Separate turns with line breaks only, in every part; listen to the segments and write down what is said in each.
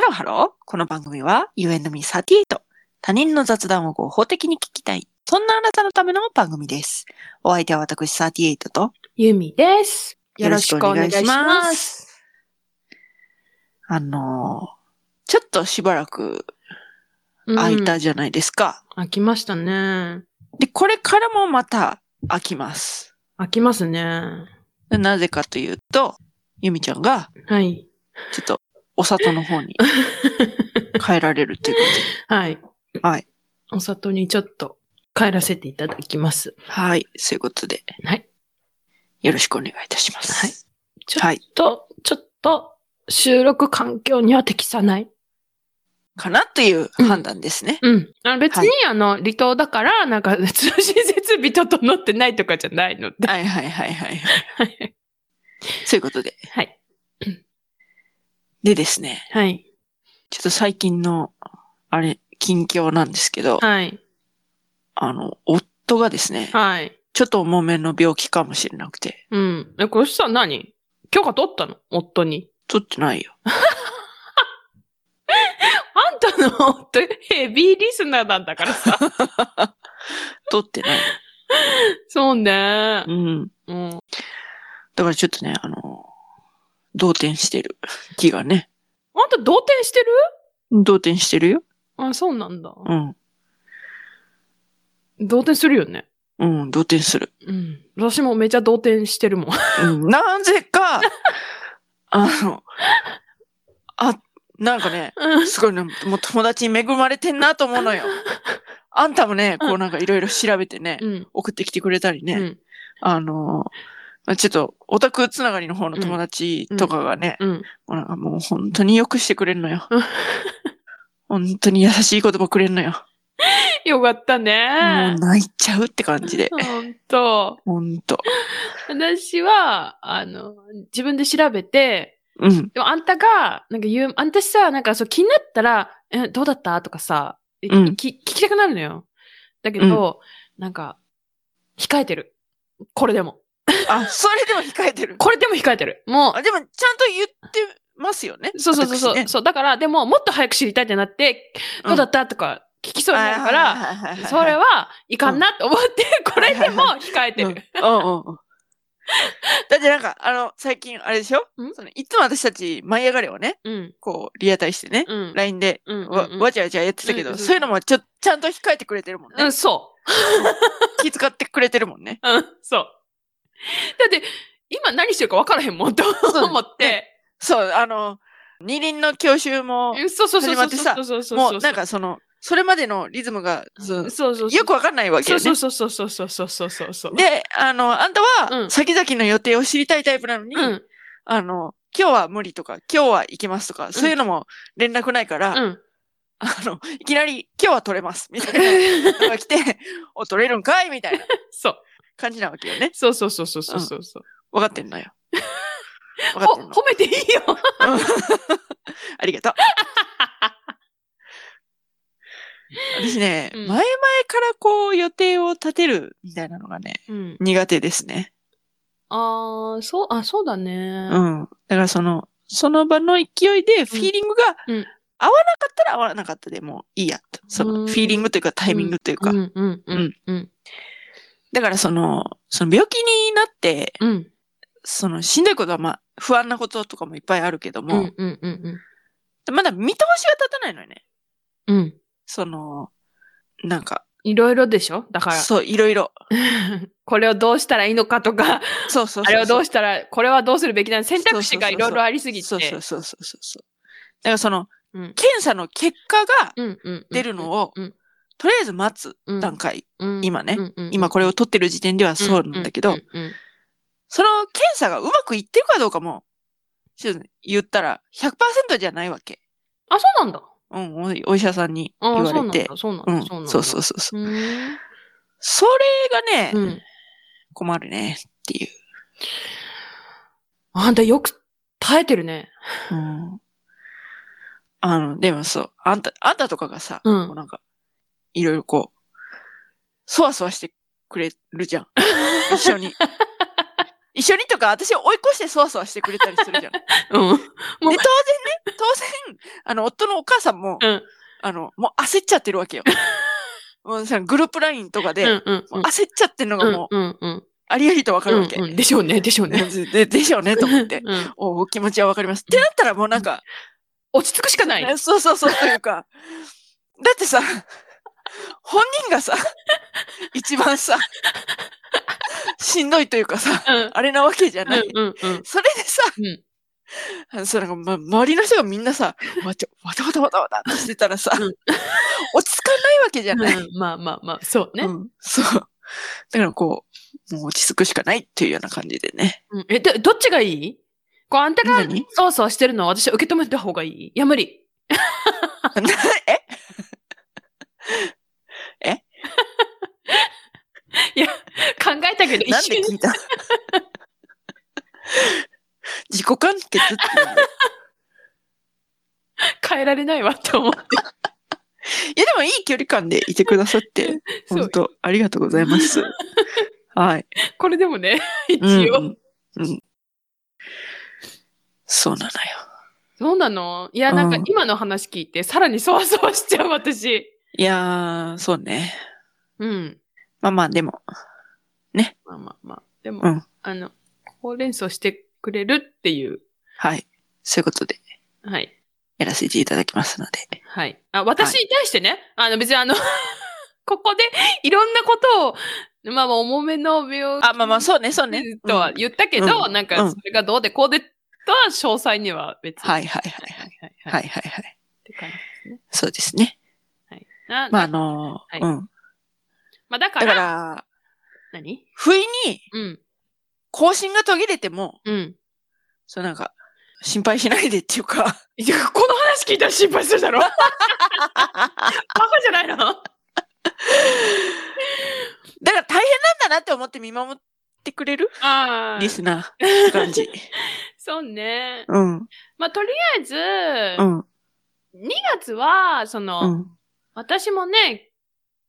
ロハロー。この番組は UNME38。他人の雑談を合法的に聞きたい。そんなあなたのための番組です。お相手は私38と、
ゆみです。
よろしくお願いします
す。
あのーちょっとしばらく空
開
い
いた。
たじゃないですか。
開きましたね。
で、これからもまた空きます。
開きますね。
なぜかというと、ゆみちゃんが、
はい。
ちょっと、お里の方に帰られるっていうこ
はい。
とで。はい。
お里にちょっと帰らせていただきます。
はい。そういうことで、
はい。
よろしくお願いいたします。
はいちょっ
はい。
と、ちょっと、収録環境には適さない。
かなという判断ですね。
うん。あ別
は
に、あの、離島だから、なんか、通信設備整ってないとかじゃないので。
はいはいはいはいはい。
はい。
そういうことで。
はい。
でですね、
はい。
ちょっと最近の、あれ、近況なんですけど、
はい。
あの、夫がですね、
はい。
ちょっと重めの病気かもしれなくて、
うん。え、これさ、何許可取ったの夫に。
取ってないよ。
あんたの夫、ヘビーリスナーなんだからさ。
取ってないよ。
そうね
う。ん。
うん。
だからちょっとね、あの、動転してる気がね。
あんた同点してる
動転してるよ。
あ、そうなんだ。
うん。
同点するよね。
うん、動転する。
うん。私もめちゃ同点して るもん。
うん、なぜ か、あの、あ、なんかね、すごいね、もう友達に恵まれてんなと思うのよ。あんたもね、こうなんかいろいろ調べてね、
うん。
送ってきてくれたりね、
うん。
あの、まあちょっとオタクつながりの方の友達とかがね、
うん。
もうなんかもう本当によくしてくれるのよ
うん。
本当に優しい言葉くれるのよ。
よかった
も
ね
う。泣いちゃうって感じで。
ほんと。
本当。
私は、あの、自分で調べて、
うん。
でもあんたが、なんか言う、あんたさ、なんかそう気になったら、え、どうだったとかさ、え
うん
き聞きたくなるのよ。だけど、なんか、控えてる。これでも。
あ、それでも控えてる。
これでも控えてる。も
あでも、ちゃんと言ってますよね。
う、そうそうそうそう、
私ね
そう、だから、でも、もっと早く知りたいってなって、どうだったとか聞きそうになるか
ら
ら、それはいかんなと思って、これでも控えてる。
うんうんうん。だってなんか、あの、最近、あれでしょ
ん
そのいつも私たち、舞い上がれをね、
うん、
こう、リアタイしてね、
うん。
LINE で、
うん、
わ、
うん
わちゃわちゃやってたけ
う
ど、
ん
そういうのもちょ、ちゃんと控えてくれてるもん
う
ね。
ん、そ
気遣ってくれてるもんね。
う。うん、そう。だって、今何してるか分からへんもんと
だね
思って、
そう、あの、二輪の教習も、
うんそうそうそう
始まってさ
そうそうそう
も
そうう
なんかその、それまでのリズムが、そう
そうそうそう
よくわかんないわけ
そ
よ
う
ね
そう。そうそうそうそうそうそうそうそう
で、あの、あんた
う
は、
ん
先々の予定を知りたいタイプなのに、
うん
あの、今日は無理とか、今日は行きますとか、そういうのも連絡ないから、
うん
あの、いきなり、今日は取れます、みたいな のが来て、お、取れるんかいみたいな
そう
感じなわけよね。
そうそうそうそうそうそうそう
分かってんのよ。分かってん
お
の。
褒めていいよ
ありが とう。私ね、
うん
前々からこう予定を立てるみたいなのがね、
うん
苦手ですね。
ああそうあそうだね
うん。だからその、その場の勢いでフィーリングが
うん
合わなかったら合わなかったでもういいやと。その
うん
フィーリングというかタイミングというか。
うんうんうんうん
だからその、その病気になって、
うん
そのしんどいことはまあ不安なこととかもいっぱいあるけど
うんう
も、
んうんうん
まだ見通しが立たないのよね。
うん
その、なんか、
いろいろでしょだから
そう、いろいろ。
これをどうしたらいいのかとか
そうそうそうそう。
あれをどうしたらこれはどうするべきなの選択肢がいろいろありすぎて
そうそうそうそうそうそう。だからその、
うん
検査の結果が
うんうんうん
出るのを、
うん
とりあえず待つ
うん
段階。
うん
今ね
うんうんうん
今これを取ってる時点ではそうなんだけど、
うんうんうん
その検査がうまくいってるかどうかも、ちょっと言ったら100%じゃないわけ。
あそうなんだ
うん、おお医者さんに言
ああ
わ
そうな
れ
ん
て
だ。そうなん
う
だ
ん、
そうなんだ
そうそうそうそう。
うーん
それがね、
うん。
困るねっていう。
あんたよく耐えてるね。
うんあの、でもそう、あんた、あんたとかがさ、
うん
こうなんか、いろいろこ う、そわそわしてくれるじゃん。一緒に。一緒にとか、私を追い越してそわそわしてくれたりするじゃん。で、
うん。
当
もう
然ね、当然、あの、夫のお母さんも、
うん
あの、もう焦っちゃってるわけ よ。もうさグループラインとかで、
うんうん
もう焦っちゃってるのがもう、
うんうん
ありありとわかるわけ。
うんうんでしょうね、でしょうね。
ででしょうね、と思 って。
うん
おお気持ちはわかります。ってなったらもうなんか、
落ち着くしかない。
そうそうそうというか、だってさ、本人がさ、一番さ、しんどいというかさ、
うん
あれなわけじゃない。
うんうん
それでさ、
うん
あのそうなんか、ま、周りの人がみんなさ、わちょわたわたわたわたってしてたらさ、
うん
落ち着かないわけじゃ
うん
ない。
うんまあまあまあ、そうね
う。んそう。だからこう、もう落ち着くしかないっていうような感じで ね。
うんえ、どどっちがいいこう、あんたが
何
そうそうしてるのを私は受け止めた方がいいいや、無理。 考えたけど、
えなん
一
で
瞬
聞いた 自己完結っていうの
変えられないわって 思って。
いや、でもいい距離感でいてくださって、
そ
本
う。
当ありがとうござい ます。はい。
これでもね、 一
うん
応。
うんうんそうなのよ。
そうなのいや、なんか
うん
今の話聞いて、さらにそわそわしちゃう、私。
いやー、そうね。
うん。
まあまあ、でも、
まあまあまあ。でも、
うん
あの、ほうれん草してくれるっていう。
はい。そういうことで
はい。
やらせていただきますので。
はい。あ、私に対してね、あの、別にあの、 ここでいろんなことを、まあまあ、重めの病気
あ、まあまあ、そうね、そうね。
とは
うん
言ったけど、
うん
なん
う
か、
ん
それがどうでこうでとは詳細には別に。
はいはいはい
は
はいい。
はいはい。
はいはいはい。
って感じですね。
そうですね。
はい。な
まあ、あのー
は
う
い
ん。
まあ、だか
だ
ら、
から、
何
不意に
うん。
更新が途切れても、
うん。
そうなんか、心配しないでっていうか、
いやこの話聞いたら心配するだろバカじゃないの
だから大変なんだなって思って見守ってくれる
ああ
リ。スナーって感じ。
そうね。
うん。うん。
まあ、とりあえず、
う
2
ん。
月は、そうの、
ん。
私もね、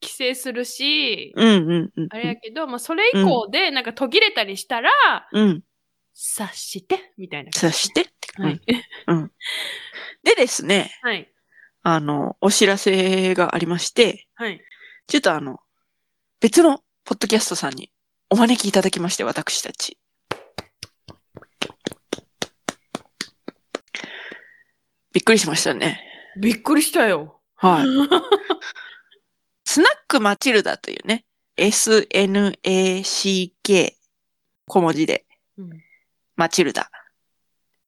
帰省するし、
うん。うん。うん
あれやけど、まあ、それ以降で、なんか途切れたりしたら、
うん。
察して、み たいな。
そしてって、うん
はい。
でですね、
はい。
あの、お知らせがありまして、
はい。
ちょっとあの、別のポッドキャストさんにお招きいただきまして、私たち。びっくりしましたね。
びっくりしたよ。
はい。 スナックマチルダというね、SNACK 小文字で、
うん
マチルダ、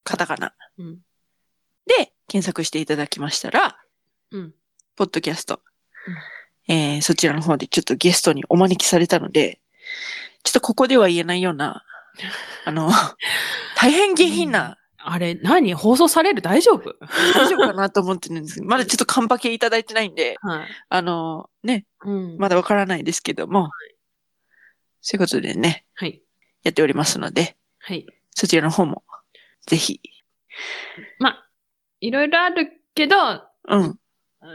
カタカナ
うん。
で検索していただきましたら、
うん。
ポッドキャスト、えーそちらの方でちょっとゲストにお招きされたので、ちょっとここでは言えないような、あ の、大変下品な、
あれ、何放送される大丈夫
大丈夫かなと思ってるんですけど、まだちょっとカンパケいただいてないんで、
はい。
あの、ね、
うん。
まだわからないですけども、そういうことでね、
はい。
やっておりますので、
はい。
そちらの方も、ぜひ、
まあ、いろいろあるけど、
うん、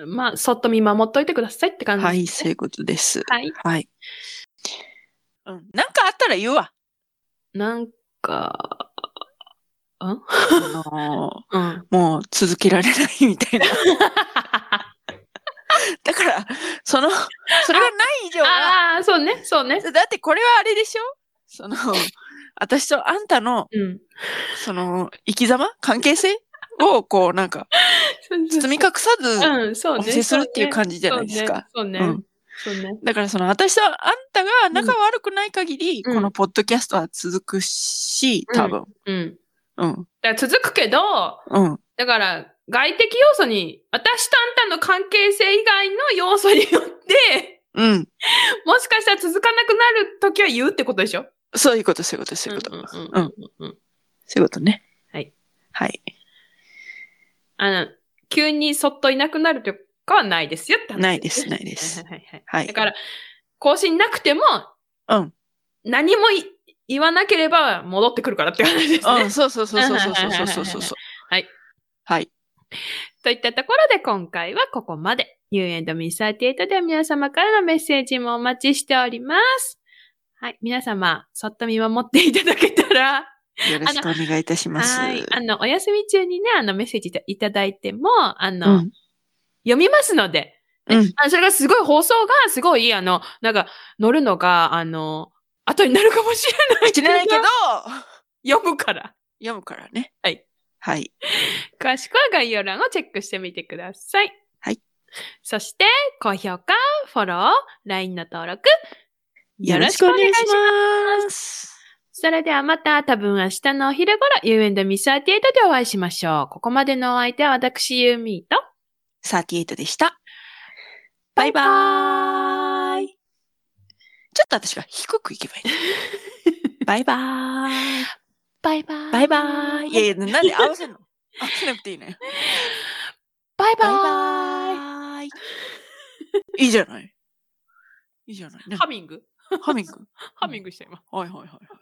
まあ、そっと見守っといてくださいって感じ。
はい、そういうことです。
はい。
はい。うん、なんかあったら言うわ。
なんか、ん
あの
うん。
もう続けられないみ たいな。だから、その、それがない以上は、
ああ、そうね、そうね。
だってこれはあれでしょその、私とあんたの、
うん。
その、生き様関係性を、こう、なんか、包み隠さず、
うん、そう
お
ね。
見せするっていう感じじゃないですか。
そうね。
う
そうんね。そうね。
だからその、私とあんたが仲悪くない限り、
うん
このポッドキャストは続くし、
うん
多分。
うん。
うん。
だから続くけど、
うん。
だから、外的要素に、私とあんたの関係性以外の要素によって、
うん。
もしかしたら続かなくなるときは言うってことでしょ
そういうこと、そういうこと、そういうこと。
うん
うん
うんうん。
そういうことね。
はい。
はい。
あの、急にそっといなくなるとかはないですよって話
ないです、ないです
は。いはいはい
は
はい。
い
だから、更新なくても、
うん。
何もい言わなければ戻ってくるからって話ですね。
うん、そうそうそうそうそうそうそうそうそう。
はい。
はい。
といったところで今回はここまで。You and me38 では皆様からのメッセージもお待ちしております。はい。皆様、そっと見守っていただけたら、
よろしくお願いいたします。
はい。あの、お休み中にね、あの、メッセージいたいただいても、あ
う
の、
ん。
読みますので、
う
ね
ん
あそれがすごい放送が、すごい、あの、なんか、乗るのが、あの、後になるかもしれない
知らないけど、
読むから。
読むからね。
はい。
はい。
詳しくは概要欄をチェックしてみてください。
はい。
そして、高評価、フォロー、LINE の登録、
よろしくお願いします。
それではまた多分明日のお昼頃 U&Me38 でお会いしましょう。ここまでのお相手は私ユーミーと
38でした。バイバーイ。ちょっと私が低くいけばい い。バイバーイ。
バイバーイ。
バイバーイ。いやいや、なんで合わせんの合わせなくていいね。
バイバ
バイバ
ー
ー
イ。
イ。いいじゃない。いいじゃない。ね
ハミング
ハミング。
ハミングして今。
はいはいはいはい。